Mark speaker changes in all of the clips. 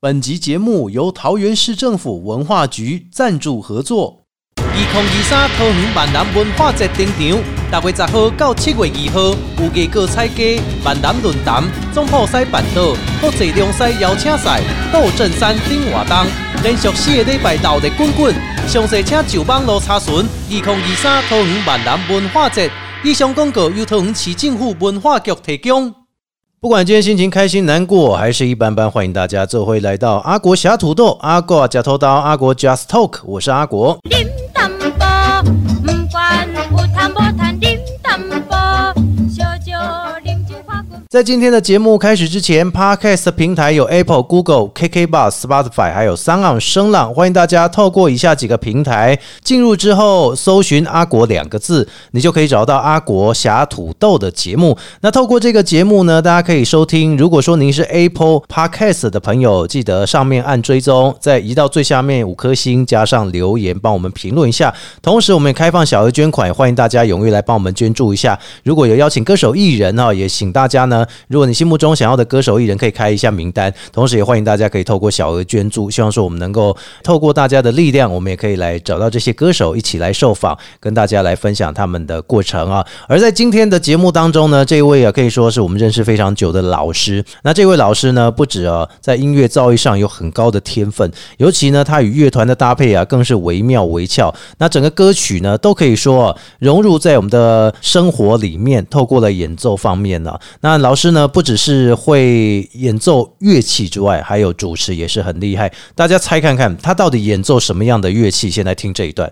Speaker 1: 本集节目由桃园市政府文化局赞助合作。二零二三桃园万南文化节登场，六月十号到七月二号，有艺哥彩家、万南论坛、总铺西办岛、国际龙狮邀请赛、斗阵山等活动，连续四个礼拜闹热滚滚。详细请就网络查询。二零二三桃园万南文化节，以上广告由桃园市政府文化局提供。不管今天心情开心、难过还是一般般，欢迎大家这回来到阿国侠土豆、阿国假头刀、阿国 Just Talk，我是阿国。
Speaker 2: điểm tâm bò quan u tham bò than điểm tâm bò cho cho điểm chữ khoa của
Speaker 1: 在今天的节目开始之前，Podcast 平台有 Apple、Google、KKBox、Spotify，还有 s o n on 声浪，欢迎大家透过以下几个平台进入之后，搜寻“阿国”两个字，你就可以找到阿国侠土豆的节目。那透过这个节目呢，大家可以收听。如果说您是 Apple Podcast 的朋友，记得上面按追踪，再移到最下面五颗星，加上留言，帮我们评论一下。同时，我们也开放小额捐款，欢迎大家踊跃来帮我们捐助一下。如果有邀请歌手、艺人哈，也请大家呢，如果你心目中想要的歌手、艺人，可以开一下名单。同时，也欢迎大家可以透过小额捐助，希望说我们能够透过大家的力量，我们也可以来找到这些歌手，一起来受访，跟大家来分享他们的过程啊。而在今天的节目当中呢，这一位啊，可以说是我们认识非常久的老师。那这位老师呢，不止啊，在音乐造诣上有很高的天分，尤其呢，他与乐团的搭配啊，更是惟妙惟肖。那整个歌曲呢，都可以说、啊、融入在我们的生活里面，透过了演奏方面呢、那老师呢，不只是会演奏呃乐器之外，还有主持也是很厉害。大家猜看看，他到底演奏什么样的乐器？先来听这一段。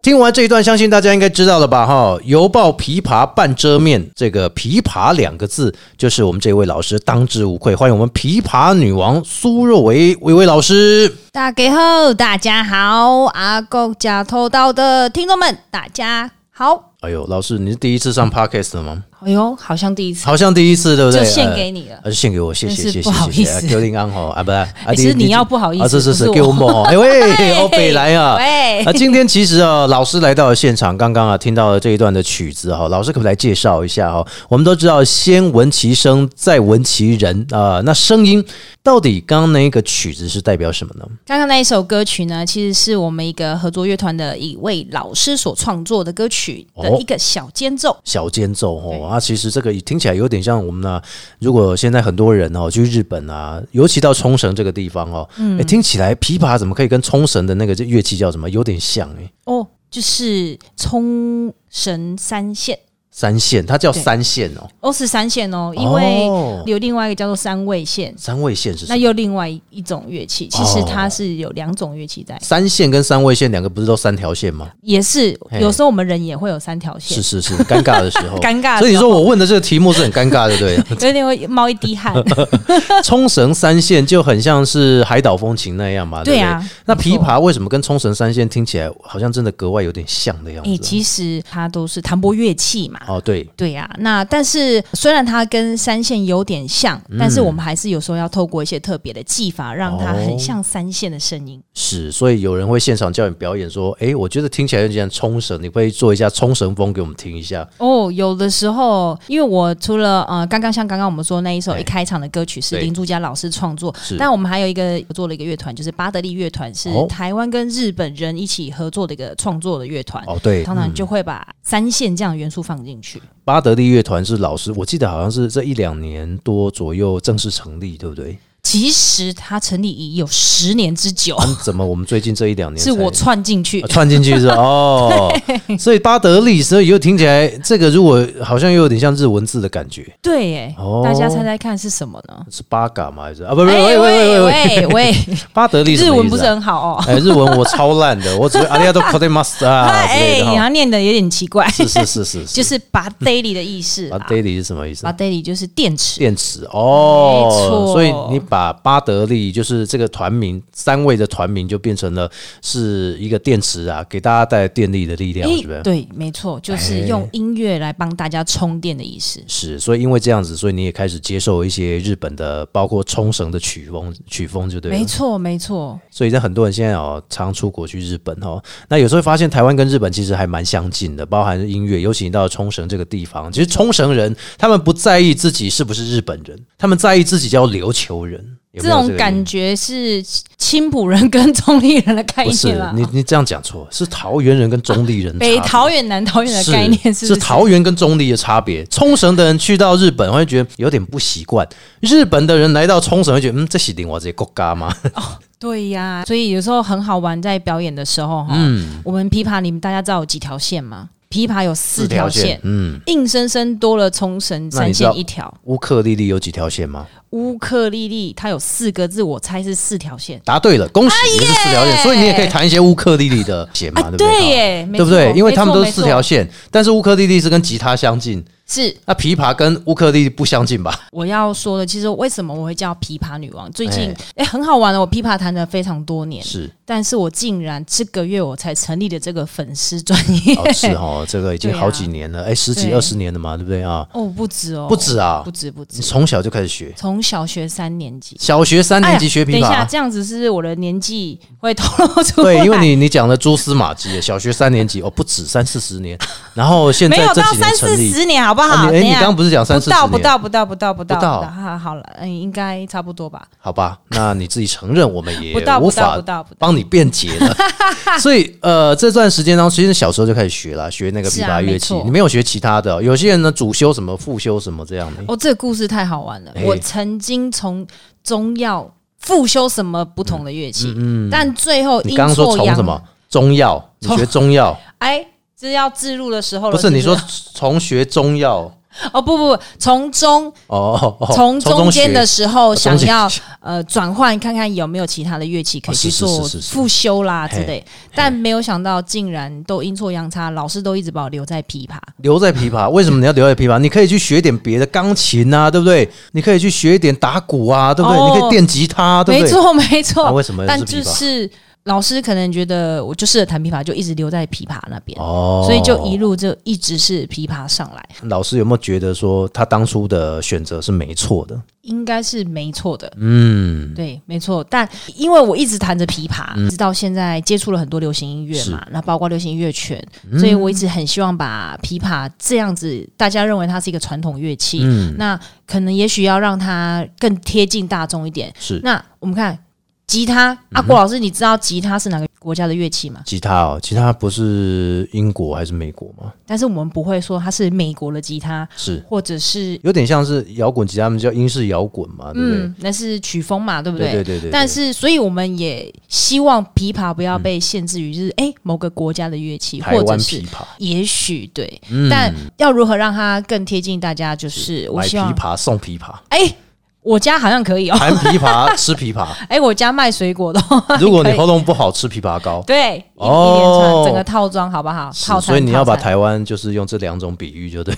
Speaker 1: 听完这一段，相信大家应该知道了吧？哈，犹抱琵琶半遮面，这个“琵琶”两个字，就是我们这位老师当之无愧。欢迎我们琵琶女王苏若薇薇薇老师。
Speaker 3: 大家好，大家好，
Speaker 2: À,
Speaker 3: 阿公假偷刀的听众们，大家好。
Speaker 1: 哎呦，老师，你是第一次上 podcast 的吗？
Speaker 3: 哎呦，好像第一次，
Speaker 1: 好像第一次，对不对？
Speaker 3: 嗯就献给你了
Speaker 1: 呃，啊就献给我，谢谢
Speaker 3: 真是
Speaker 1: 谢谢
Speaker 3: 不好
Speaker 1: 谢
Speaker 3: 意
Speaker 1: 谢
Speaker 3: 思
Speaker 1: 啊。丢林安吼啊，不是啊，
Speaker 3: 其实你要不好意思
Speaker 1: 啊，是是
Speaker 3: 不
Speaker 1: 是，
Speaker 3: 是
Speaker 1: 给我
Speaker 3: 我
Speaker 1: 们 吼，哎喂，欧北来啊，
Speaker 3: 喂
Speaker 1: 啊，今天其实啊，老师来到了现场，刚刚啊听到了这一段的曲子哈，老师可不可以来介绍一下哈？我们都知道先闻其声，再闻其人啊、那声音到底刚刚那个曲子是代表什么呢？
Speaker 3: 刚刚那一首歌曲呢，其实是我们一个合作乐团的一位老师所创作的歌曲的
Speaker 1: 哦
Speaker 3: 一个小间奏。
Speaker 1: 小间奏
Speaker 3: 对
Speaker 1: 哦，啊，其实这个听起来有点像我们呢、如果现在很多人哦去日本啊，尤其到冲绳这个地方哦，
Speaker 3: 嗯
Speaker 1: 哎，听起来琵琶怎么可以跟冲绳的那个乐器叫什么有点像哎？
Speaker 3: 哦，就是冲绳三线，
Speaker 1: 三线，它叫
Speaker 3: 对
Speaker 1: 三线哦，
Speaker 3: 哦是三线哦，因为
Speaker 1: 哦
Speaker 3: 有另外一个叫做三味线，
Speaker 1: 三味线是什
Speaker 3: 那
Speaker 1: 么？
Speaker 3: 又另外一种乐器，其实
Speaker 1: 哦
Speaker 3: 它是有两种乐器在，
Speaker 1: 三线跟三味线两个不是都三条线吗？
Speaker 3: 也是
Speaker 1: 嘿
Speaker 3: 有时候我们人也会有三条线，
Speaker 1: 是，是是，尴尬的时候
Speaker 3: 尴尬的时候
Speaker 1: 所以你说我问的这个题目是很尴尬的，对不 对？
Speaker 3: 有点会冒一 滴汗。
Speaker 1: 冲绳三线就很像是海岛风情那样嘛，对
Speaker 3: 对
Speaker 1: 不
Speaker 3: 啊
Speaker 1: 对？那琵
Speaker 3: 没错
Speaker 1: 琶为什么跟冲绳三线听起来好像真的格外有点像的样子？啊
Speaker 3: 诶，哎其实它都是弹拨乐器嘛。
Speaker 1: 哦，对，
Speaker 3: 对呀、那但是虽然它跟三线有点像，但是我们还是有时候要透过一些特别的技法，让它
Speaker 1: 哦
Speaker 3: 很像三线的声音。
Speaker 1: 是，所以有人会现场叫你表演，说：“诶，我觉得听起来有点像冲绳，你可以做一下冲绳风给我们听一下。
Speaker 3: 哦，有的时候，因为我除了呃，刚刚像刚刚我们说那一首
Speaker 1: 哎
Speaker 3: 一开场的歌曲是
Speaker 1: 对
Speaker 3: 林朱家老师创作
Speaker 1: 是，
Speaker 3: 但我们还有一个合作了一个乐团，就是巴德利乐团，是
Speaker 1: 哦
Speaker 3: 台湾跟日本人一起合作的一个创作的乐团”。
Speaker 1: 哦，对，
Speaker 3: 常常就会把三线这样的元素放进去。
Speaker 1: 巴德利乐团是老师，我记得好像是这一两年多左右正式成立，对不对？
Speaker 3: 其实它成立已有十年之久，
Speaker 1: 嗯怎么我们最近这一两年
Speaker 3: 是我
Speaker 1: 才
Speaker 3: 窜进去
Speaker 1: 啊。串进去是吧哦，所以巴德利，所以又听起来这个如果好像又有点像日文字的感觉，
Speaker 3: 对，耶
Speaker 1: 哦，
Speaker 3: 大家猜猜看是什么呢？
Speaker 1: 是八嘎吗？还是啊？不不，
Speaker 3: 哎
Speaker 1: 喂喂喂喂，
Speaker 3: 喂喂，
Speaker 1: 巴德利什么
Speaker 3: 日文不
Speaker 1: 意
Speaker 3: 是
Speaker 1: 思啊
Speaker 3: 很好哦。
Speaker 1: 哎，日文我超烂的，我只会阿里亚多 k o d e m a s 啊之类的
Speaker 3: 哎然
Speaker 1: 哈
Speaker 3: 后，念的有点奇怪，
Speaker 1: 是是是是，
Speaker 3: 就是把 daily 的意 思
Speaker 1: 啊
Speaker 3: 啦，
Speaker 1: ，daily 是什么意思
Speaker 3: 把？daily 就是电池，
Speaker 1: 电池哦，
Speaker 3: 没错
Speaker 1: 所以你把把巴德利就是这个团名三位的团名就变成了是一个电池啊，给大家带来电力的力量，
Speaker 3: 诶
Speaker 1: 是不是？
Speaker 3: 对，没错，就是用音乐来帮大家充电的意思。
Speaker 1: 是，所以因为这样子，所以你也开始接受一些日本的，包括冲绳的曲风，曲风就对了
Speaker 3: 没。错，没错，
Speaker 1: 所以在很多人现在哦，常出国去日本哦，那有时候会发现台湾跟日本其实还蛮相近的，包含音乐，尤其你到冲绳这个地方，其实冲绳人他们不在意自己是不是日本人，他们在意自己叫琉球人，有没
Speaker 3: 这
Speaker 1: 有
Speaker 3: 种
Speaker 1: 个
Speaker 3: 感觉是青浦人跟 中立人的概
Speaker 1: 不是
Speaker 3: 念啦。
Speaker 1: 你你这样讲错，是桃园人跟中立人差别
Speaker 3: 北桃园、南桃园的概念是不是？
Speaker 1: 桃园跟中立的差别。冲绳的人去到日本会觉得有点不习惯，日本的人来到冲绳会觉得，嗯，这是另外这些国家吗？
Speaker 3: 对呀、所以有时候很好玩，在表演的时候哈，
Speaker 1: 嗯
Speaker 3: 我们琵琶，你们大家知道有几条线吗？琵琶有四条线，
Speaker 1: 嗯，
Speaker 3: 硬生生多了冲绳
Speaker 1: 那你
Speaker 3: 三
Speaker 1: 知道
Speaker 3: 线一条。
Speaker 1: 乌克丽丽有几条线吗？
Speaker 3: 乌克丽丽它有四个字，我猜是四条线
Speaker 1: 答对了，恭喜你是四条线，
Speaker 3: 啊耶
Speaker 1: 所以你也可以弹一些乌克丽丽的弦嘛，
Speaker 3: 啊，
Speaker 1: 对不对？
Speaker 3: 耶，没
Speaker 1: 对不对？
Speaker 3: 错
Speaker 1: 因为他们
Speaker 3: 没
Speaker 1: 都
Speaker 3: 错
Speaker 1: 是四条线，但是乌克丽丽是跟吉他相近，
Speaker 3: 是
Speaker 1: 那琵琶跟乌克丽丽不相近 吧？
Speaker 3: 我要说的，其实为什么我会叫琵琶女王？最近
Speaker 1: 哎
Speaker 3: 哎、诶很好玩的，我琵琶弹了非常多年，
Speaker 1: 是
Speaker 3: 但是我竟然这个月我才成立的这个粉丝专业，
Speaker 1: 哦，是哦，这个已经
Speaker 3: 对啊
Speaker 1: 好几年了，哎，十几
Speaker 3: 对
Speaker 1: 二十年了嘛，对不对啊？
Speaker 3: 哦，不止哦，
Speaker 1: 不止啊
Speaker 3: 不，止不
Speaker 1: 你
Speaker 3: 止，
Speaker 1: 从小就开始学，
Speaker 3: 从小学三年级。
Speaker 1: 小学三年级学
Speaker 3: 哎
Speaker 1: 琵
Speaker 3: 呀等一
Speaker 1: 琶
Speaker 3: 下，。这样子是不是我的年纪会透露出来？
Speaker 1: 对，因为你你讲的蛛丝马迹，小学三年级哦，不止三四十年，然后现
Speaker 3: 没
Speaker 1: 在
Speaker 3: 有
Speaker 1: 这
Speaker 3: 到
Speaker 1: 几年
Speaker 3: 三
Speaker 1: 成
Speaker 3: 四
Speaker 1: 立，
Speaker 3: 十年，好不
Speaker 1: 啊
Speaker 3: 好？
Speaker 1: 你哎
Speaker 3: 等一
Speaker 1: 你
Speaker 3: 下
Speaker 1: 刚刚不是讲三
Speaker 3: 不
Speaker 1: 四十
Speaker 3: 到
Speaker 1: 年？
Speaker 3: 不到不到不到不到
Speaker 1: 不到
Speaker 3: 好好了，嗯，应该差不多吧。
Speaker 1: 好吧，那你自己承认，我们也
Speaker 3: 不到
Speaker 1: 无
Speaker 3: 不到
Speaker 1: 法
Speaker 3: 不到不到，
Speaker 1: 帮你辩解了。 所以呃，这段时间当中，其实小时候就开始学了，学那个琵
Speaker 3: 是
Speaker 1: 琶
Speaker 3: 啊
Speaker 1: 乐
Speaker 3: 没
Speaker 1: 器。
Speaker 3: 错
Speaker 1: 你没有学其他的哦、有些人呢主修什么，副修什么这样的。
Speaker 3: 哦，这个故事太好玩了。
Speaker 1: 哎
Speaker 3: 我曾经从中药复修什么不同的乐器，但最后
Speaker 1: 嗯你
Speaker 3: 阴
Speaker 1: 刚刚说
Speaker 3: 错
Speaker 1: 从
Speaker 3: 阳
Speaker 1: 什么中药？你学中药
Speaker 3: 哎，这要自入的时候了。
Speaker 1: 不是？你说
Speaker 3: 不
Speaker 1: 从学中药
Speaker 3: 哦，不不，不从中
Speaker 1: 哦哦，哦
Speaker 3: 从中
Speaker 1: 学
Speaker 3: 间的时候
Speaker 1: 从
Speaker 3: 想
Speaker 1: 中
Speaker 3: 要
Speaker 1: 学
Speaker 3: 呃转换，看看有没有其他的乐器可以
Speaker 1: 哦
Speaker 3: 去
Speaker 1: 是是
Speaker 3: 做
Speaker 1: 是是是
Speaker 3: 复修啦之
Speaker 1: 嘿
Speaker 3: 类，但没有想到竟然都阴错阳差，老师都一直把我留在琵琶。
Speaker 1: 留在琵琶，为什么你要留在琵琶？你可以去学点别的钢琴啊，对不对？你可以去学一点打鼓啊，对不对？
Speaker 3: 哦
Speaker 1: 你可以电吉他、对
Speaker 3: 没
Speaker 1: 不对？
Speaker 3: 错， 没错。
Speaker 1: 啊为什么又是
Speaker 3: 但
Speaker 1: 琵
Speaker 3: 就
Speaker 1: 琶
Speaker 3: 是老师可能觉得我就适合弹琵琶，就一直留在琵琶那边，
Speaker 1: 哦
Speaker 3: 所以就一路就一直是琵琶上来，
Speaker 1: 老师有没有觉得说他当初的选择是没错的？
Speaker 3: 应该是没错的。
Speaker 1: 嗯，
Speaker 3: 对，没错。但因为我一直弹着琵琶，直到现在接触了很多流行音乐嘛，那包括流行音乐圈，所以我一直很希望把琵琶这样子，大家认为它是一个传统乐器，那可能也许要让它更贴近大众一点。
Speaker 1: 是
Speaker 3: 那我们看吉他，阿、郭老师，你知道吉他是哪个国家的乐器吗？
Speaker 1: 吉他哦，吉他不是英国还是美国吗？
Speaker 3: 但是我们不会说它是美国的吉他，
Speaker 1: 是
Speaker 3: 或者是
Speaker 1: 有点像是摇滚吉他，他们叫英式摇滚嘛，对不对？
Speaker 3: 嗯，那是曲风嘛，对不
Speaker 1: 对对对对。
Speaker 3: 但是，所以我们也希望琵琶不要被限制于就是哎、诶某个国家的乐器，
Speaker 1: 台
Speaker 3: 或者
Speaker 1: 湾
Speaker 3: 是
Speaker 1: 琵琶，
Speaker 3: 也许对，
Speaker 1: 嗯
Speaker 3: 但要如何让它更贴近大家？就是我
Speaker 1: 买
Speaker 3: 希望
Speaker 1: 琵琶送琵琶，
Speaker 3: 哎、我家好像可以哦、
Speaker 1: 弹琵琶吃琵 琶。
Speaker 3: 哎、我家卖水果的哦，
Speaker 1: 如果
Speaker 3: 可
Speaker 1: 你
Speaker 3: 以
Speaker 1: 喉咙不好，吃枇杷膏。
Speaker 3: 对一一连
Speaker 1: 哦
Speaker 3: 串整个套装好不好？
Speaker 1: 是
Speaker 3: 套餐，
Speaker 1: 所以你要把
Speaker 3: 套餐
Speaker 1: 台湾就是用这两种比喻就 对。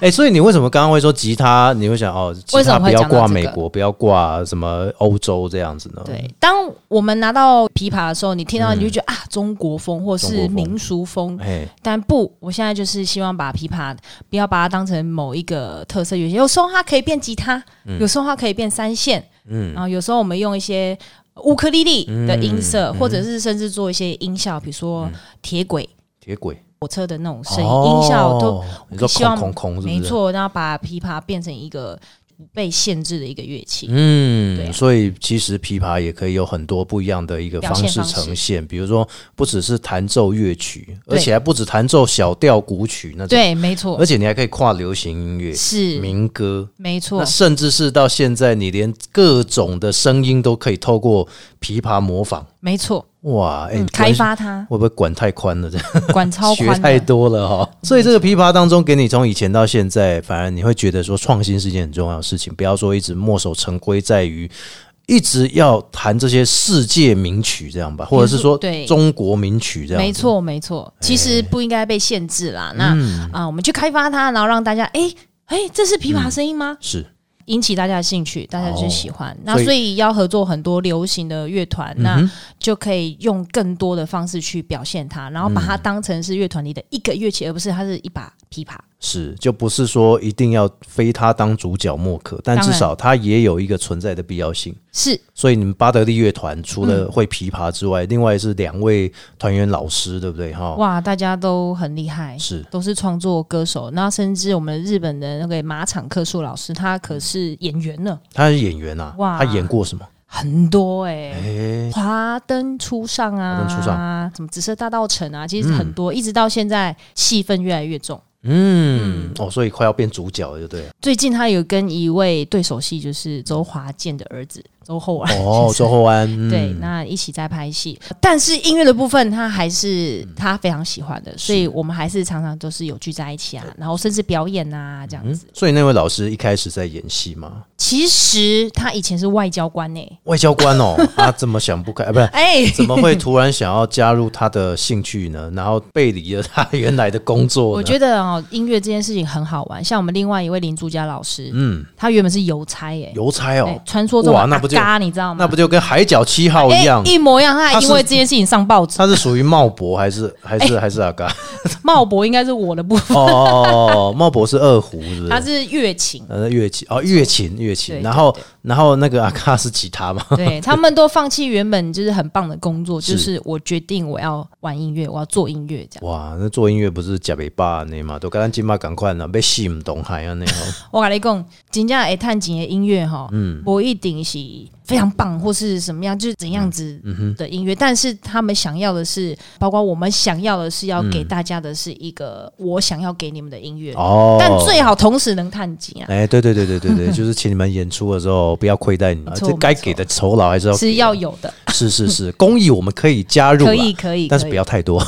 Speaker 1: 哎、所以你为什么刚刚会说吉他？你会想哦，吉
Speaker 3: 为什
Speaker 1: 他
Speaker 3: 么
Speaker 1: 不
Speaker 3: 会
Speaker 1: 要
Speaker 3: 讲到
Speaker 1: 挂
Speaker 3: 这
Speaker 1: 美
Speaker 3: 个
Speaker 1: 国，不要挂什么欧洲这样子呢？
Speaker 3: 对，当我们拿到琵琶的时候，你听到你就觉得、啊，中国风或
Speaker 1: 嗯中国
Speaker 3: 是
Speaker 1: 风
Speaker 3: 民俗风，
Speaker 1: 哎，
Speaker 3: 但不，我现在就是希望把琵琶不要把它当成某一个特色乐器，有时候它可以变吉他，
Speaker 1: 嗯
Speaker 3: 有时候它可以变三线，嗯，然后有时候我们用一些乌克丽丽的
Speaker 1: 嗯
Speaker 3: 音色，或者是甚至做一些音效，比如说铁轨、
Speaker 1: 铁轨
Speaker 3: 火车的那种声音、音效都。
Speaker 1: 你说
Speaker 3: 希望
Speaker 1: 空空哦空是不是？
Speaker 3: 没错，然后把琵琶变成一个不被限制的一个乐器。对
Speaker 1: 嗯，
Speaker 3: 啊
Speaker 1: 所以其实琵琶也可以有很多不一样的一个方式
Speaker 3: 表现方式
Speaker 1: 呈现，比如说不只是弹奏乐曲，而
Speaker 3: 对
Speaker 1: 且还不止弹奏小调古曲那种，
Speaker 3: 对，没错
Speaker 1: 而，且你还可以跨流行音乐、
Speaker 3: 是
Speaker 1: 民歌，
Speaker 3: 没错
Speaker 1: 那。甚至是到现在你连各种的声音都可以透过琵琶模仿，
Speaker 3: 没错，
Speaker 1: 哇，哎、
Speaker 3: 嗯
Speaker 1: 你
Speaker 3: 开发它，
Speaker 1: 会不会管太宽了？这样
Speaker 3: 管超
Speaker 1: 学
Speaker 3: 宽
Speaker 1: 太
Speaker 3: 的，嗯
Speaker 1: 多了哈、所以这个琵琶当中，给你从以前到现在，反而你会觉得说创新是一件很重要的事情，不要说一直墨守成规，在于一直要弹这些世界名曲这样吧，或者是说
Speaker 3: 嗯对
Speaker 1: 中国名曲这样。哎
Speaker 3: 没，错没错。其实不应该被限
Speaker 1: 嗯
Speaker 3: 制啦。那啊、我们去开发它，然后让大家哎哎，诶这是琵琶声音吗？
Speaker 1: 是
Speaker 3: 引起大家的兴趣，大家就喜欢。
Speaker 1: 嗯
Speaker 3: 那
Speaker 1: 哦所以嗯
Speaker 3: 所以要合作很多流行的乐团，那就可以用更多的方式去表现它，然后把它当成是乐团里的一个乐器，而不是它是一把琵琶。
Speaker 1: 是，就不是说一定要非他当主角莫可，但
Speaker 3: 当
Speaker 1: 至
Speaker 3: 然
Speaker 1: 少他也有一个存在的必要性。
Speaker 3: 是
Speaker 1: 所以你们巴德利乐团除
Speaker 3: 嗯
Speaker 1: 了会琵琶之外，另外是两位团员老师，对不对？哈，
Speaker 3: 哇，大家都很厉害，
Speaker 1: 是
Speaker 3: 都是创作歌手。那甚至我们日本的那个马场克树老师，他可是演员呢，
Speaker 1: 他是演员啊，
Speaker 3: 哇
Speaker 1: 他演过什么？
Speaker 3: 很多哎、
Speaker 1: 哎、
Speaker 3: 华灯初上啊，
Speaker 1: 华灯初
Speaker 3: 什么紫色大道城啊，其实很多，一直到现在戏份越来越重。
Speaker 1: 嗯，哦，所以快要变主角了，就 对了。
Speaker 3: 最近他有跟一位对手戏，就是周华健的儿子周厚啊，
Speaker 1: 哦，周厚安，嗯、
Speaker 3: 对，那一起在拍戏。但是音乐的部分，他还是他非常喜欢的，所以我们还是常常都是有聚在一起啊，然后甚至表演啊这样子。
Speaker 1: 所以那位老师一开始在演戏嘛，
Speaker 3: 其实他以前是外交官欸呢、
Speaker 1: 外交官哦， 他怎么想不开？啊、 不是，
Speaker 3: 哎、
Speaker 1: 怎么会突然想要加入他的兴趣呢？然后背离了他原来的工作呢？
Speaker 3: 我觉得哦，音乐这件事情很好玩。像我们另外一位林朱家老师，
Speaker 1: 嗯，
Speaker 3: 他原本是邮差耶、
Speaker 1: 邮差
Speaker 3: 哎
Speaker 1: 哦，
Speaker 3: 传说中
Speaker 1: 哇那
Speaker 3: 的
Speaker 1: 不就
Speaker 3: 嘎，你知道吗？
Speaker 1: 那不就跟海角七号一样？
Speaker 3: 哎一模一样。他
Speaker 1: 他
Speaker 3: 还
Speaker 1: 是
Speaker 3: 因为这件事情上报纸，
Speaker 1: 他是属于茂博 还是还
Speaker 3: 哎
Speaker 1: 是、还是阿嘎？
Speaker 3: 茂博应该是我的部分，
Speaker 1: 哦哦哦哦，茂博是二胡是不是？
Speaker 3: 他是乐琴。
Speaker 1: 呃乐器哦，乐琴乐
Speaker 3: 对
Speaker 1: 琴，
Speaker 3: 对
Speaker 1: 然后
Speaker 3: 对
Speaker 1: 然后那个阿嘎是吉他嘛？
Speaker 3: 对他们都放弃原本就是很棒的工作，
Speaker 1: 是
Speaker 3: 就是我决定我要玩音乐，我要做音乐这样。
Speaker 1: 哇，那做音乐不是假尾巴那嘛？都跟咱金马赶快呢，被吸引东海啊那 样。
Speaker 3: 我跟你讲，真正会探景的音乐哈，嗯，不一定是非常棒或是什么样，就是怎样子
Speaker 1: 嗯
Speaker 3: 的音乐。但是他们想要的是，包括我们想要的是要给大家的是一个我想要给你们的音乐，
Speaker 1: 哦，
Speaker 3: 但最好同时能探景啊，
Speaker 1: 哎，对对对对对 对，就是请你们演出的时候不要亏待你们，啊
Speaker 3: 错
Speaker 1: 这该给的酬劳还是要
Speaker 3: 是
Speaker 1: 给
Speaker 3: 要有的，
Speaker 1: 是是是，公益我们可以加哦入啦，啊
Speaker 3: 可以可以，
Speaker 1: 但是
Speaker 3: 可以
Speaker 1: 不要太多，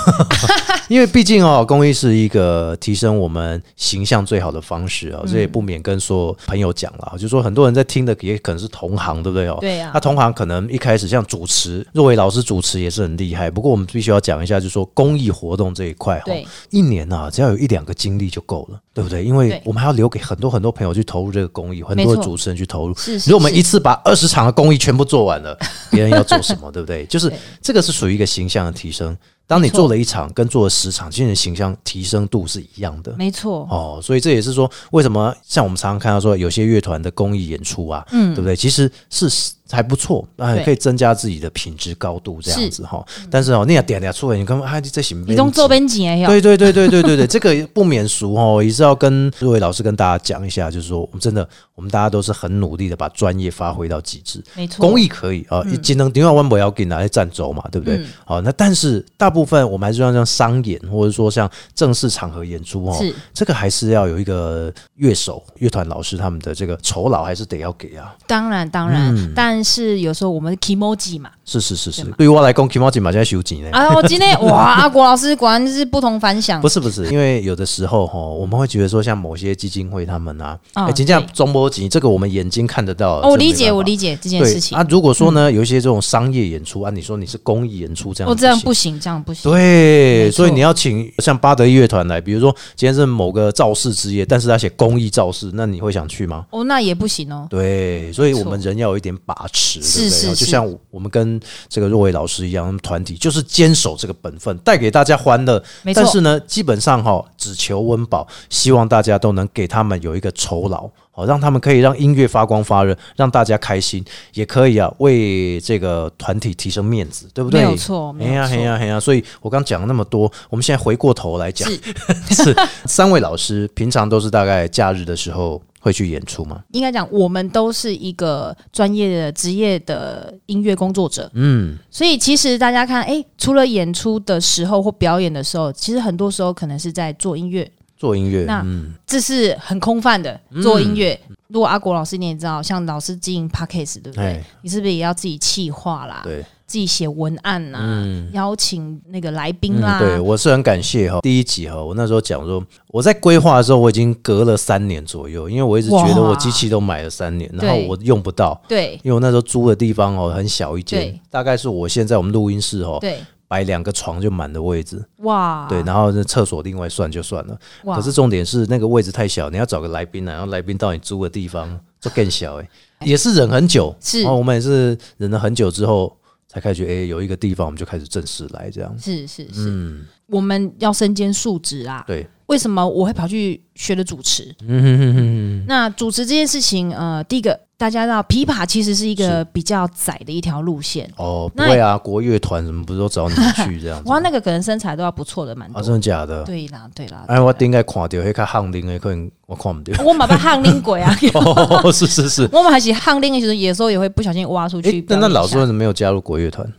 Speaker 1: 因为毕竟哦，公益是一个提升我们形象最好的方式
Speaker 3: 嗯
Speaker 1: 哦，这也不免跟所有朋友讲了，就说很多人在听的也可能是同行，对不对哦？
Speaker 3: 对啊
Speaker 1: 那同行可能一开始像主持，若伟老师主持也是很厉害，不过我们必须要讲一下，就是说公益活动这一块哈、
Speaker 3: 对
Speaker 1: 一年啊，只要有一两个经历就够了，对不对？因为
Speaker 3: 对
Speaker 1: 我们还要留给很多很多朋友去投入这个公益，很多
Speaker 3: 没
Speaker 1: 的
Speaker 3: 错
Speaker 1: 主持人去投入。
Speaker 3: 是是
Speaker 1: 如果我们
Speaker 3: 是
Speaker 1: 一次把二十场的公益全部做完了，别人要做什 么，对不对？就是
Speaker 3: 对
Speaker 1: 这个是属于一个形象的提升。当你做了一场跟做了十场，其实你的形象提升度是一样的。
Speaker 3: 没错，
Speaker 1: 哦，所以这也是说，为什么像我们常常看到说有些乐团的公益演出啊，嗯，对不对？其实是还不错，啊，
Speaker 3: 对
Speaker 1: 可以增加自己的品质高度这样子哈、但是哦，你也点点出来，你看啊，你这行
Speaker 3: 你用做边景也有，
Speaker 1: 对对对对对对对，这个不免俗哦，也是要跟各位老师跟大家讲一下，就是说，我们真的，我们大家都是很努力的把专业发挥到极致。
Speaker 3: 没错，嗯
Speaker 1: 公益可以啊，尽能另外万不要给拿来占轴嘛，对不对？好、那但是大部分我们还是要像商演，或者说像正式场合演出哦，
Speaker 3: 是
Speaker 1: 这个还是要有一个乐手、乐团老师他们的这个酬劳还是得要给啊。
Speaker 3: 当然当然，
Speaker 1: 嗯
Speaker 3: 但是有时候我们 emoji 嘛，
Speaker 1: 是是是是
Speaker 3: 对嘛，
Speaker 1: 对于我来讲 k i m o j i 马上修紧呢。
Speaker 3: 啊，我今天哇，阿国老师果然是不同凡响
Speaker 1: 不，是不是，因为有的时候哈，我们会觉得说，像某些基金会他们啊，
Speaker 3: 啊
Speaker 1: 哎，金价中波级，这个我们眼睛看得到。
Speaker 3: 哦我理解，我
Speaker 1: 解
Speaker 3: 理解这件
Speaker 1: 对
Speaker 3: 事情
Speaker 1: 啊。，如果说呢，有一些这种商业演出啊，你说你是公益演出这样，
Speaker 3: 哦，这样不。行，这样不行，
Speaker 1: 对，
Speaker 3: 没错
Speaker 1: 所以你要请像巴德乐团来，比如说今天是某个造势之夜，但是他写公益造势，那你会想去吗？
Speaker 3: 哦，那也不行哦，
Speaker 1: 对，所以
Speaker 3: 没
Speaker 1: 我
Speaker 3: 错
Speaker 1: 们人要有一点把持，对不对？
Speaker 3: 是是
Speaker 1: 就是像我们跟这个若伟老师一样，他们团体就是坚守这个本分，带给大家欢乐。
Speaker 3: 没错
Speaker 1: 但是呢，基本上哈、只求温饱，希望大家都能给他们有一个酬劳，好、让他们可以让音乐发光发热，让大家开心，也可以啊，为这个团体提升面子，对不对？
Speaker 3: 没有错，
Speaker 1: 哎
Speaker 3: 没有
Speaker 1: 呀，哎
Speaker 3: 错，
Speaker 1: 呀，哎呀！所以我刚讲了那么多，我们现在回过头来讲， 是三位老师平常都是大概假日的时候会去演出吗？
Speaker 3: 应该讲我们都是一个专业的职业的音乐工作者，
Speaker 1: 嗯，
Speaker 3: 所以其实大家看，哎，除了演出的时候或表演的时候，其实很多时候可能是在做音乐，
Speaker 1: 做音乐，
Speaker 3: 那
Speaker 1: 嗯，
Speaker 3: 这是很空泛的做音乐。如果阿国老师你也知道，像老师经营 podcast 对不对
Speaker 1: 哎？
Speaker 3: 你是不是也要自己企划啦？
Speaker 1: 对，
Speaker 3: 自己写文案呐、啊邀请那个来宾
Speaker 1: 嗯，
Speaker 3: 啦、
Speaker 1: 对，我是很感谢哈。第一集哈，我那时候讲说，我在规划的时候，我已经隔了三年左右，因为我一直觉得
Speaker 3: 哇
Speaker 1: 我机器都买了三年，然后
Speaker 3: 对
Speaker 1: 我用不到，
Speaker 3: 对
Speaker 1: 因为我那时候租的地方哦很小一间
Speaker 3: 对，
Speaker 1: 大概是我现在我们录音室哦
Speaker 3: 对
Speaker 1: 摆两个床就满的位置，
Speaker 3: 哇，
Speaker 1: 对，然后那厕所另外算就算了。
Speaker 3: 哇
Speaker 1: 可是重点是那个位置太小，你要找个来宾啊，然后来宾到你租的地方就更小 哎、也是忍很久，
Speaker 3: 是
Speaker 1: 然后我们也是忍了很久之后才开始，哎、有一个地方我们就开始正式来这样，
Speaker 3: 是是是，
Speaker 1: 嗯，
Speaker 3: 我们要身兼数职啊。
Speaker 1: 对，
Speaker 3: 为什么我会跑去学了主持？
Speaker 1: 嗯哼哼哼
Speaker 3: 那主持这件事情，呃，第一个大家知道，琵琶其实是一个比较窄的一条路线，
Speaker 1: 哼，哦，不
Speaker 3: 那
Speaker 1: 会啊，国乐团什么不是都找你 去这样子
Speaker 3: 哇，？那个可能身材都要不错的，蛮
Speaker 1: 啊，
Speaker 3: 多
Speaker 1: 真的假的？
Speaker 3: 对啦，对啦。
Speaker 1: 哎，我顶该看到，迄较巷铃的可能我看唔到。
Speaker 3: 我马把汗拎 鬼啊！
Speaker 1: 哦，是 是是。
Speaker 3: 我们还是汗拎的时候，有时候也会不小心挖出去
Speaker 1: 哎，那
Speaker 3: 表演一下。
Speaker 1: 那老师为什么没有加入国乐团？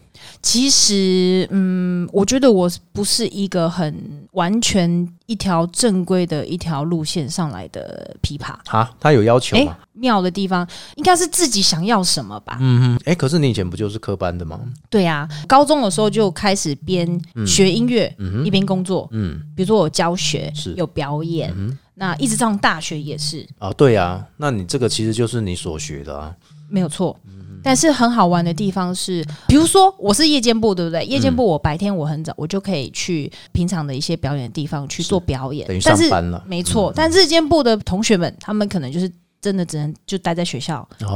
Speaker 3: 其实，嗯，我觉得我不是一个很完全一条正规的一条路线上来的琵琶。
Speaker 1: 哈，他有要求
Speaker 3: 哎
Speaker 1: 吗？，
Speaker 3: 妙的地方应该是自己想要什么吧？
Speaker 1: 嗯，哎，可是你以前不就是科班的吗？
Speaker 3: 对啊，高中的时候就开始边学音乐，一边工作。
Speaker 1: 嗯，
Speaker 3: 比如说我教学
Speaker 1: 是，嗯
Speaker 3: 有表演，那一直上大学也是
Speaker 1: 啊，对啊，那你这个其实就是你所学的啊。
Speaker 3: 没有错。但是很好玩的地方是，比如说我是夜间部，对不对？夜间部我白天我很早，我就可以去平常的一些表演的地方去做表演
Speaker 1: 嗯等于，
Speaker 3: 但
Speaker 1: 上
Speaker 3: 是
Speaker 1: 班嗯了。
Speaker 3: 没错，但日间部的同学们，他们可能就是真的只能就待在学校，那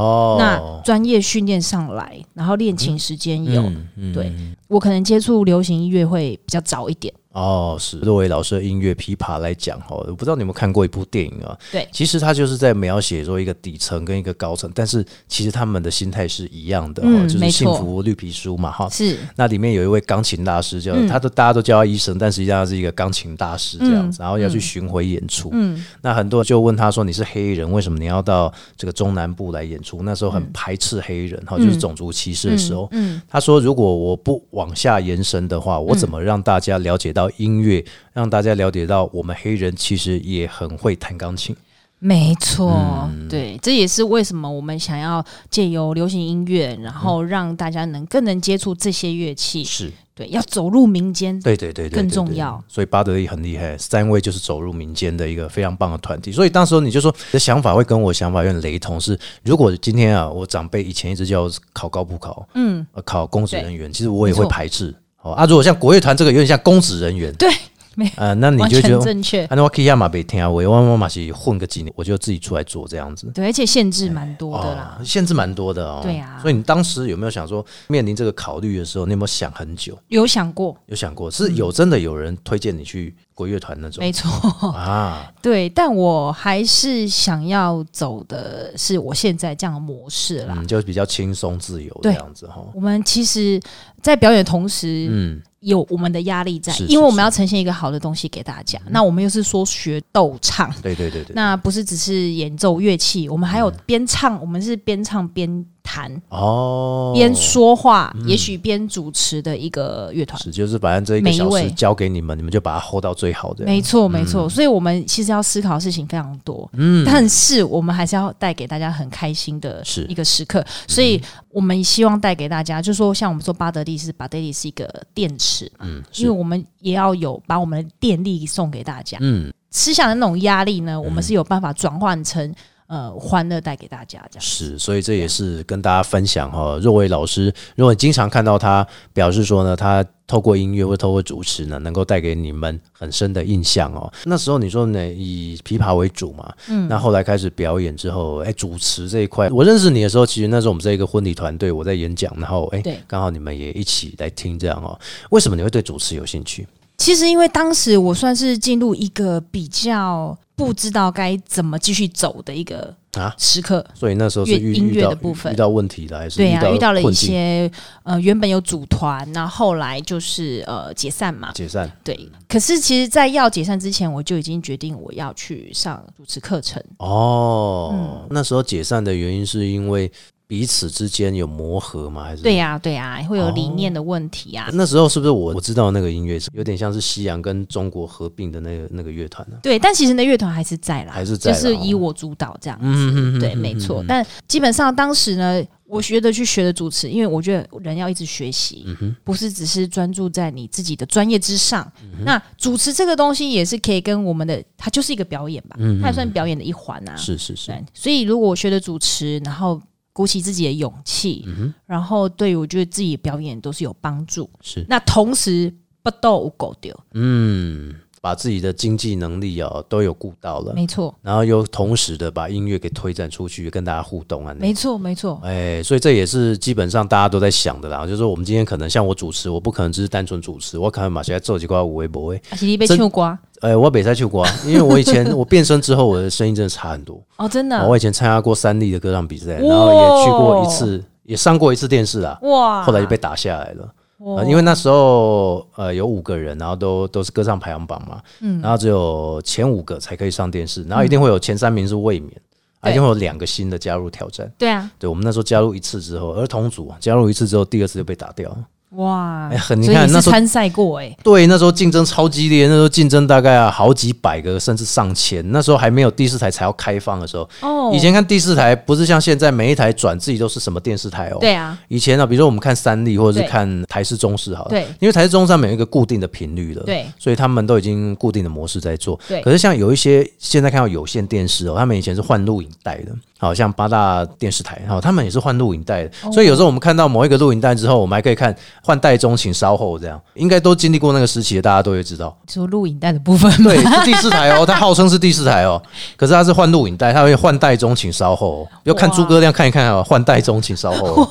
Speaker 1: 哦，
Speaker 3: 专业训练上来，然后练琴时间有。
Speaker 1: 嗯嗯
Speaker 3: 对我可能接触流行音乐会比较早一点，
Speaker 1: 哦，是作为老师的音乐琵琶来讲哈，我不知道你有没有看过一部电影啊？
Speaker 3: 对
Speaker 1: 其实它就是在描写说一个底层跟一个高层，但是其实他们的心态是一样的，哦
Speaker 3: 嗯
Speaker 1: 就是
Speaker 3: 没
Speaker 1: 《
Speaker 3: 错
Speaker 1: 幸福绿皮书》嘛，哈，
Speaker 3: 是
Speaker 1: 那里面有一位钢琴大师叫，
Speaker 3: 嗯
Speaker 1: 他都大家都叫他医生，但实际上他是一个钢琴大师这
Speaker 3: 嗯
Speaker 1: 样子，然后要去巡回演出。那很多人就问他说：“你是黑人，为什么你要到这个中南部来演出？”那时候很排斥黑人，哈、就是哦种族歧视的时候。
Speaker 3: 嗯，
Speaker 1: 他说：“如果我不往下延伸的话，我怎么让大家了解到音乐，让大家了解到我们黑人其实也很会弹钢琴？
Speaker 3: 没错，
Speaker 1: 嗯
Speaker 3: 对，这也是为什么我们想要借由流行音乐，然后让大家能更能接触这些乐器，
Speaker 1: 是
Speaker 3: 对，要走入民间，
Speaker 1: 对对对对，
Speaker 3: 嗯更
Speaker 1: 对
Speaker 3: 重
Speaker 1: 对
Speaker 3: 要
Speaker 1: 所以巴德利很厉害，三位就是走入民间的一个非常棒的团体。所以当时候你就说，你的想法会跟我想法有点雷同是，如果今天啊，我长辈以前一直叫我考高普考，
Speaker 3: 嗯，
Speaker 1: 呃考公职人员，其实我也
Speaker 3: 没
Speaker 1: 会
Speaker 3: 错
Speaker 1: 排斥。哦啊，如果像国乐团这个有点像公职人员，
Speaker 3: 对，没
Speaker 1: 呃，那你
Speaker 3: 完
Speaker 1: 就
Speaker 3: 全
Speaker 1: 觉得，
Speaker 3: 正确，
Speaker 1: 啊，那我可以亚马北听啊，我我妈妈是混个几年，我就自己出来做这样子。
Speaker 3: 对，而且限制蛮多的啦，
Speaker 1: 哦，限制蛮多的哦。
Speaker 3: 对啊
Speaker 1: 所以你当时有没有想说，面临这个考虑的时候，你有没有想很久？
Speaker 3: 有想过，
Speaker 1: 有想过是有真的有人推荐你去国乐团那种
Speaker 3: 嗯没错，
Speaker 1: 啊？
Speaker 3: 对，但我还是想要走的是我现在这样的模式啦。
Speaker 1: 嗯，就比较轻松自由这
Speaker 3: 对
Speaker 1: 样子哈。
Speaker 3: 我们其实，在表演的同时，
Speaker 1: 嗯，
Speaker 3: 有我们的压力在，
Speaker 1: 是是
Speaker 3: 因为我们要呈现一个好的东西给大家。那我们又是说学逗唱，
Speaker 1: 对对对对。
Speaker 3: 那不是只是演奏乐器，我们还有边唱，我们是边唱边弹、
Speaker 1: 哦，嗯
Speaker 3: 边说话，也许边主持的一个乐团。
Speaker 1: 是就是反正这一个
Speaker 3: 每一
Speaker 1: 小时
Speaker 3: 位
Speaker 1: 交给你们，你们就把它 hold 到最好的。
Speaker 3: 没错，没
Speaker 1: 嗯
Speaker 3: 错，所以我们其实要思考的事情非常多，但是我们还是要带给大家很开心的
Speaker 1: 是嗯
Speaker 3: 一个时刻，所以我们希望带给大家，就说像我们说巴德利是巴德利是一个电池嘛，
Speaker 1: 嗯，
Speaker 3: 因为
Speaker 1: 是
Speaker 3: 我们也要有把我们的电力送给大家，
Speaker 1: 嗯
Speaker 3: 吃下的那种压力呢，我们是有办法转换成呃欢乐带给大家这样。
Speaker 1: 是，所以这也是跟大家分享哈。若伟老师，如果你经常看到他表示说呢，他透过音乐或透过主持呢，能够带给你们很深的印象哦。那时候你说呢，以琵琶为主嘛，嗯，那后来开始表演之后，哎，主持这一块，我认识你的时候，其实那时候我们在一个婚礼团队，我在演讲，然后哎
Speaker 3: 对，
Speaker 1: 刚好你们也一起来听这样哦。为什么你会对主持有兴趣？
Speaker 3: 其实因为当时我算是进入一个比较不知道该怎么继续走的一个
Speaker 1: 啊
Speaker 3: 时刻，
Speaker 1: 所以那时候是
Speaker 3: 乐
Speaker 1: 遇
Speaker 3: 音
Speaker 1: 遇
Speaker 3: 乐
Speaker 1: 到
Speaker 3: 的部分
Speaker 1: 遇到问题了，还是
Speaker 3: 对呀、遇到了一
Speaker 1: 困境
Speaker 3: 些呃，原本有组团，那后来就是呃解散嘛，
Speaker 1: 解散
Speaker 3: 对。可是其实，在要解散之前，我就已经决定我要去上主持课程，
Speaker 1: 哦，
Speaker 3: 嗯
Speaker 1: 那时候解散的原因是因为彼此之间有磨合吗？还是
Speaker 3: 对、呀、啊对呀、会有理
Speaker 1: 哦
Speaker 3: 念的问题啊。
Speaker 1: 那时候是不是我我知道那个音乐是有点像是西洋跟中国合并的那个那个乐团呢？
Speaker 3: 对，但其实那乐团还是在啦，
Speaker 1: 还是在啦
Speaker 3: 就是以
Speaker 1: 哦
Speaker 3: 我主导这样子。
Speaker 1: 嗯
Speaker 3: 对，没错。但基本上当时呢，我学的去学的主持，因为我觉得人要一直学习，
Speaker 1: 嗯
Speaker 3: 不是只是专注在你自己的专业之上。
Speaker 1: 嗯
Speaker 3: 那主持这个东西也是可以跟我们的，它
Speaker 1: 嗯
Speaker 3: 就是一个表演吧，它也算表演的一环啊。
Speaker 1: 是是是
Speaker 3: 对，所以如果我学的主持，然后鼓起自己的勇气，
Speaker 1: 嗯
Speaker 3: 然后对于我觉得自己表演都是有帮助。
Speaker 1: 是，
Speaker 3: 那同时不斗无狗丢，
Speaker 1: 嗯，把自己的经济能力哦都有顾到了，
Speaker 3: 没错，
Speaker 1: 然后又同时的把音乐给推展出去，跟大家互动啊，那
Speaker 3: 没错，没错，
Speaker 1: 哎，所以这也是基本上大家都在想的啦，就是说我们今天可能像我主持，我不可能只是单纯主持，我可能马上做几块五微博，哎
Speaker 3: 而且你被
Speaker 1: 真
Speaker 3: 唱瓜
Speaker 1: 哎，我北赛去过，因为我以前我变声之后，我的声音真的差很多。
Speaker 3: 哦，真的
Speaker 1: 我以前参加过三立的歌唱比赛，
Speaker 3: 哇
Speaker 1: 然后也去过一次，也上过一次电视啦，
Speaker 3: 哇，
Speaker 1: 后来就被打下来了。
Speaker 3: 哇
Speaker 1: 呃因为那时候呃有五个人，然后都都是歌唱排行榜嘛，
Speaker 3: 嗯
Speaker 1: 然后只有前五个才可以上电视，然后一定会有前三名是卫冕，啊
Speaker 3: 对
Speaker 1: 一定会有两个新的加入挑战。
Speaker 3: 对啊，
Speaker 1: 对我们那时候加入一次之后，儿童组加入一次之后，第二次就被打掉了。
Speaker 3: 哇，
Speaker 1: 哎很你
Speaker 3: 所以
Speaker 1: 看
Speaker 3: 你
Speaker 1: 那
Speaker 3: 是
Speaker 1: 时候
Speaker 3: 参赛过哎，
Speaker 1: 对，那时候竞争超激烈，那时候竞争大概啊好几百个，甚至上千。那时候还没有第四台才要开放的时候，
Speaker 3: 哦，
Speaker 1: 以前看第四台不是像现在每一台转自己都是什么电视台哦。
Speaker 3: 对。啊，
Speaker 1: 以前呢，比如说我们看三立或者是
Speaker 3: 对
Speaker 1: 看台视、中视好了，
Speaker 3: 对
Speaker 1: 因为台视、中视上面有一个固定的频率了，
Speaker 3: 对，
Speaker 1: 所以他们都已经固定的模式在做。
Speaker 3: 对
Speaker 1: 可是像有一些现在看到有线电视哦，他们以前是换录影带的，好像八大电视台，好，他们也是换录影带的，
Speaker 3: 哦
Speaker 1: 所以有时候我们看到某一个录影带之后，我们还可以看换带中，请稍后这样，应该都经历过那个时期的，大家都会知道。
Speaker 3: 说录影带的部分 吗，
Speaker 1: 对，是第四台哦，它号称是第四台哦，可是它是换录影带，它会换带中，请稍后、哦。要看
Speaker 3: 哇
Speaker 1: 诸葛亮看一看哦，换带中，请稍后、哦。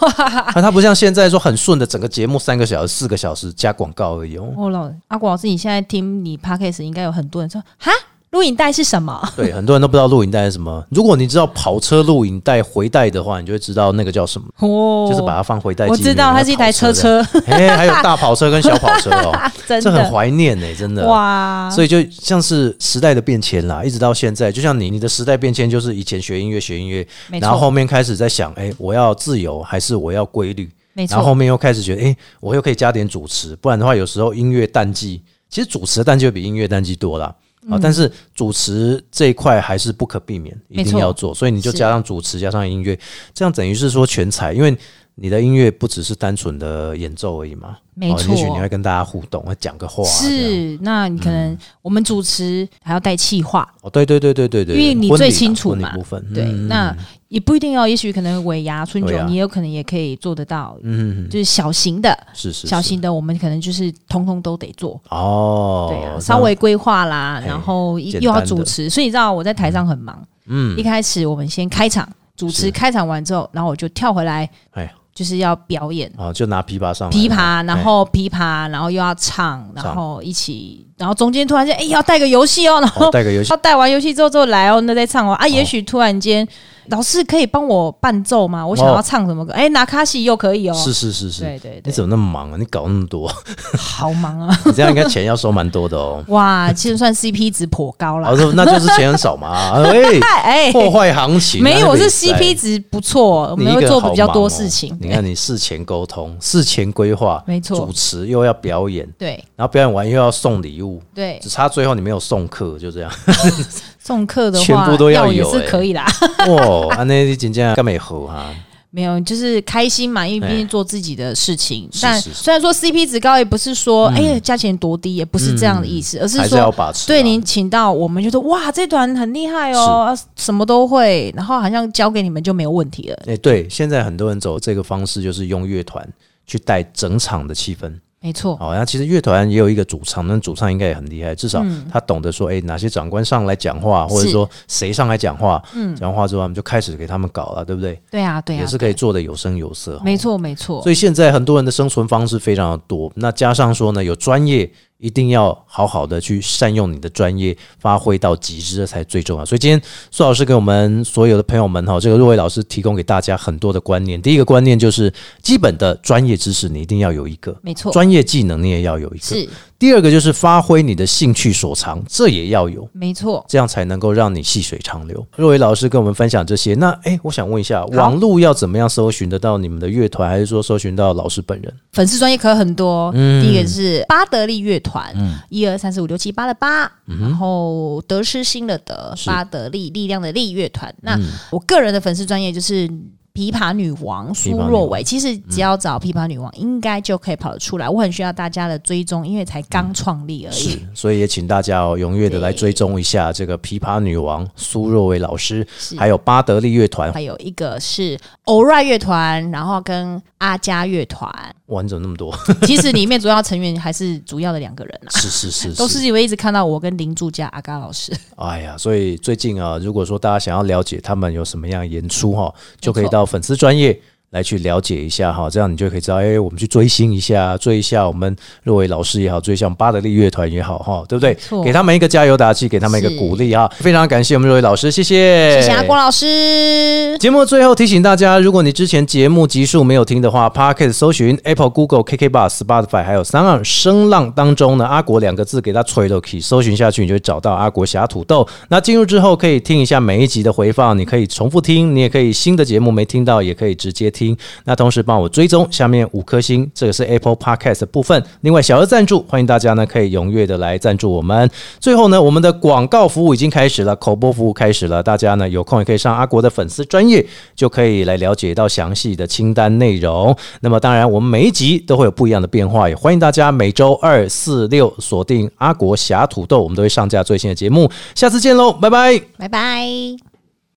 Speaker 1: 那它不像现在说很顺的，整个节目三个小时、四个小时加广告而已哦。
Speaker 3: 哦，老阿果老师，你现在听你 podcast 应该有很多人说哈，录影带是什么？
Speaker 1: 对，很多人都不知道录影带是什么。如果你知道跑车录影带回带的话，你就会知道那个叫什么，
Speaker 3: 哦，
Speaker 1: 就是把它放回带。
Speaker 3: 我知道它是一台车。车，
Speaker 1: 哎，还有大跑车跟小跑车哦，
Speaker 3: 真
Speaker 1: 这很
Speaker 3: 的
Speaker 1: 怀念呢、真的。
Speaker 3: 哇，
Speaker 1: 所以就像是时代的变迁啦，一直到现在，就像你你的时代变迁，就是以前学音乐学音乐，
Speaker 3: 没
Speaker 1: 然后后
Speaker 3: 错，
Speaker 1: 面开始在想，哎、我要自由还是我要规律？
Speaker 3: 没
Speaker 1: 然后后
Speaker 3: 错，
Speaker 1: 面又开始觉得，哎、我又可以加点主持，不然的话，有时候音乐淡季，其实主持的淡季会比音乐淡季多啦。
Speaker 3: 嗯
Speaker 1: 啊、但是主持这一块还是不可避免，一
Speaker 3: 没
Speaker 1: 定
Speaker 3: 错
Speaker 1: 要做，所以你就是加上主持，加上音乐，这样等于是说全才，因为你的音乐不只是单纯的演奏而已嘛，
Speaker 3: 没
Speaker 1: 哦也许你
Speaker 3: 错
Speaker 1: 会跟大家互动，会讲个话、啊，这样嗯
Speaker 3: 是。那你可能我们主持还要带气话，
Speaker 1: 哦，对对对对对对，
Speaker 3: 因为你
Speaker 1: 婚礼
Speaker 3: 最
Speaker 1: 啊
Speaker 3: 清楚
Speaker 1: 婚礼
Speaker 3: 嘛
Speaker 1: 部分，
Speaker 3: 对，
Speaker 1: 嗯
Speaker 3: 那也不一定要，也许可能尾牙、春
Speaker 1: 对
Speaker 3: 酒
Speaker 1: 啊，
Speaker 3: 你有可能也可以做得到，
Speaker 1: 嗯，嗯嗯
Speaker 3: 就是小型的。
Speaker 1: 是是
Speaker 3: 小
Speaker 1: 是
Speaker 3: 型的，我们可能就是通通都得做，
Speaker 1: 哦，
Speaker 3: 对啊，
Speaker 1: 那
Speaker 3: 稍微规划啦，
Speaker 1: 嘿
Speaker 3: 然后
Speaker 1: 简
Speaker 3: 又要
Speaker 1: 单的
Speaker 3: 主持，所以你知道我在台上很忙。
Speaker 1: 嗯
Speaker 3: 一开始我们先开场，主
Speaker 1: 是
Speaker 3: 持开场完之后，然后我就跳回来，
Speaker 1: 哎
Speaker 3: 就是要表演
Speaker 1: 啊，就拿琵琶上来
Speaker 3: 琵
Speaker 1: 了
Speaker 3: 琶，然
Speaker 1: 哎
Speaker 3: 后琵琶，然后又要唱，
Speaker 1: 唱
Speaker 3: 然后一起，然后中间突然间，哎、要带个游戏哦，然
Speaker 1: 哦
Speaker 3: 后
Speaker 1: 带个游戏
Speaker 3: 要带完游戏之后之后来哦，那再唱哦啊，也
Speaker 1: 哦
Speaker 3: 许突然间、老师可以帮我伴奏吗？我想
Speaker 1: 哦
Speaker 3: 要唱什么歌？哎、拿卡西又可以哦，
Speaker 1: 是是是是，
Speaker 3: 对对
Speaker 1: 你
Speaker 3: 对，
Speaker 1: 怎么那么忙啊？你搞那么 多，
Speaker 3: 好忙啊，。
Speaker 1: 你这样应该钱要收蛮多的哦
Speaker 3: 哇，其实算 CP 值颇高啦
Speaker 1: 哦，。那那就是钱很少嘛， 啊喂，
Speaker 3: 哎、
Speaker 1: 破坏行情啊。
Speaker 3: 没
Speaker 1: 那
Speaker 3: 有，我
Speaker 1: 个
Speaker 3: 是
Speaker 1: 也塞
Speaker 3: CP 值不错，我
Speaker 1: 你
Speaker 3: 们
Speaker 1: 一个
Speaker 3: 会
Speaker 1: 人
Speaker 3: 做
Speaker 1: 好
Speaker 3: 比较
Speaker 1: 忙
Speaker 3: 多
Speaker 1: 哦
Speaker 3: 事情。
Speaker 1: 你看，你事前沟通，事前规划，
Speaker 3: 没错
Speaker 1: 主持又要表演，
Speaker 3: 对
Speaker 1: 然后表演完又要送礼物，
Speaker 3: 对
Speaker 1: 只，差最后你没有送客，就这样。
Speaker 3: 送客的话，
Speaker 1: 全部都要
Speaker 3: 要也
Speaker 1: 有
Speaker 3: 是
Speaker 1: 哎
Speaker 3: 可以啦。
Speaker 1: 哇，安内你真正干美好啊哈，
Speaker 3: 没有，就是开心嘛，因为毕
Speaker 1: 哎
Speaker 3: 竟做自己的事情。
Speaker 1: 是
Speaker 3: 但
Speaker 1: 是是
Speaker 3: 虽然说 CP 值高，也不是说哎呀价钱多低，也不是这样的意思，而
Speaker 1: 嗯还是要
Speaker 3: 说
Speaker 1: 把持啊。
Speaker 3: 对您请到我们，觉得哇，这团很厉害哦，啊什么都会，然后好像交给你们就没有问题了。
Speaker 1: 哎、对，现在很多人走这个方式，就是用乐团去带整场的气氛。
Speaker 3: 没错，
Speaker 1: 好、那其实乐团也有一个主唱，那主唱应该也很厉害，至少他懂得说，哎、哪些长官上来讲话，或者
Speaker 3: 嗯是
Speaker 1: 说谁上来讲话，讲话之后，他们就开始给他们搞了，对不对？
Speaker 3: 对啊，对啊
Speaker 1: 也，是可以做的有声有色。
Speaker 3: 没错，没错
Speaker 1: 所，以现在很多人的生存方式非常的多，那加上说呢，有专业一定要好好的去善用你的专业，发挥到极致，这才最重要。所以今天苏老师给我们所有的朋友们哈，这个若伟老师提供给大家很多的观念。第一个观念就是基本的专业知识你一定要有一个，
Speaker 3: 没错，
Speaker 1: 专业技能你也要有一个。
Speaker 3: 是
Speaker 1: 第二个就是发挥你的兴趣所长，这也要有。
Speaker 3: 没错。
Speaker 1: 这样才能够让你细水长流。若维老师跟我们分享这些，那诶，我想问一下，网络要怎么样搜寻得到你们的乐团，还是说搜寻到老师本人？
Speaker 3: 粉丝专业可很多，哦
Speaker 1: 嗯
Speaker 3: 第一个是巴德利乐团，一二三四五六七八的八，
Speaker 1: 嗯
Speaker 3: 然后得
Speaker 1: 嗯
Speaker 3: 失心的得，巴德利力量的力乐团。那我个人的粉丝专业就是琵琶女王
Speaker 1: 琵琶女
Speaker 3: 苏
Speaker 1: 王
Speaker 3: 若伟，其实只要找琵琶女王，应该就可以跑得出来。我很需要大家的追踪，因为才刚创立而已。
Speaker 1: 所以也请大家哦踊跃的来追踪一下这个琵琶女王苏若薇老师，
Speaker 3: 是
Speaker 1: 还有巴德利乐团。
Speaker 3: 还有一个是偶然乐团，然后跟阿佳乐 团，
Speaker 1: 哇，你怎么那么多？
Speaker 3: 其实里面主要成员还是主要的两个人啊，
Speaker 1: 是是是，
Speaker 3: 都是因为一直看到我跟林助加阿嘎老师，
Speaker 1: 哎呀，所以最近啊，如果说大家想要了解他们有什么样的演出哈，就可以到粉丝专业来去了解一下哈，这样你就可以知道，哎、我们去追星一下，追一下我们若伟老师也好，追一下我们巴德利乐团也好哈，对不对？
Speaker 3: 错
Speaker 1: 给他们一个加油打气，给他们一个
Speaker 3: 是
Speaker 1: 鼓励啊！非常感谢我们若伟老师，谢谢，
Speaker 3: 谢谢阿郭老师。
Speaker 1: 节目最后提醒大家，如果你之前节目集数没有听的话 p o c k e t 搜寻 Apple、Google、KK Bar、Spotify 还有三浪声浪当中呢，阿国两个字给它吹了 key，搜寻下去你就会找到阿国侠土豆。那进入之后可以听一下每一集的回放，你可以重复听，你也可以新的节目没听到也可以直接听。那同时帮我追踪下面五颗星，这个是 Apple Podcast 的部分。另外小额赞助，欢迎大家呢可以踊跃的来赞助我们。最后呢，我们的广告服务已经开始了，口播服务开始了，大家呢有空也可以上阿国的粉丝专业，就可以来了解到详细的清单内容。那么当然，我们每一集都会有不一样的变化，也欢迎大家每周二、四、六锁定阿国侠土豆，我们都会上架最新的节目。下次见喽，拜拜。
Speaker 3: 拜拜。